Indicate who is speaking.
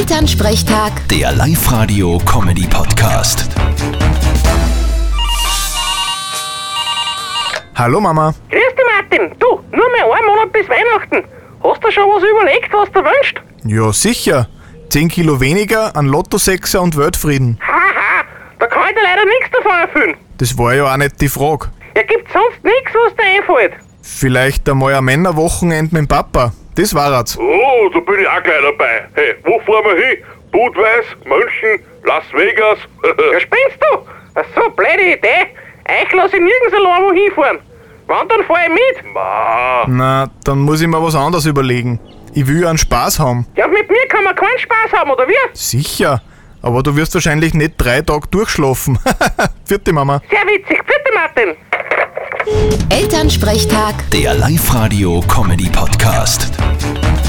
Speaker 1: Elternsprechtag,
Speaker 2: Der Live-Radio-Comedy-Podcast.
Speaker 3: Hallo Mama.
Speaker 4: Grüß dich, Martin. Du, nur mehr einen Monat bis Weihnachten. Hast du schon was überlegt, was du wünschst?
Speaker 3: Ja, sicher. 10 Kilo weniger an Lottosechser und Weltfrieden.
Speaker 4: Haha, da kann ich dir leider nichts davon erfüllen.
Speaker 3: Das war ja auch nicht die Frage.
Speaker 4: Ja, gibt sonst nichts, was dir einfällt.
Speaker 3: Vielleicht einmal ein Männerwochenende mit dem Papa. Das war's.
Speaker 5: Oh, da bin ich auch gleich dabei. Hey, wo fahren wir hin? Budweis, München, Las Vegas.
Speaker 4: Ja, spinnst du? Ach, so blöde Idee. Euch lasse ich nirgends allein wo hinfahren. Wann dann fahr ich mit?
Speaker 5: Ma,
Speaker 3: Na, dann muss ich mir was anderes überlegen. Ich will ja einen Spaß haben.
Speaker 4: Ja, mit mir kann man keinen Spaß haben, oder wie?
Speaker 3: Sicher. Aber du wirst wahrscheinlich nicht drei Tage durchschlafen. Vierte Mama.
Speaker 4: Sehr witzig. Bitte, Martin.
Speaker 1: Elternsprechtag.
Speaker 2: Der Live-Radio-Comedy-Podcast.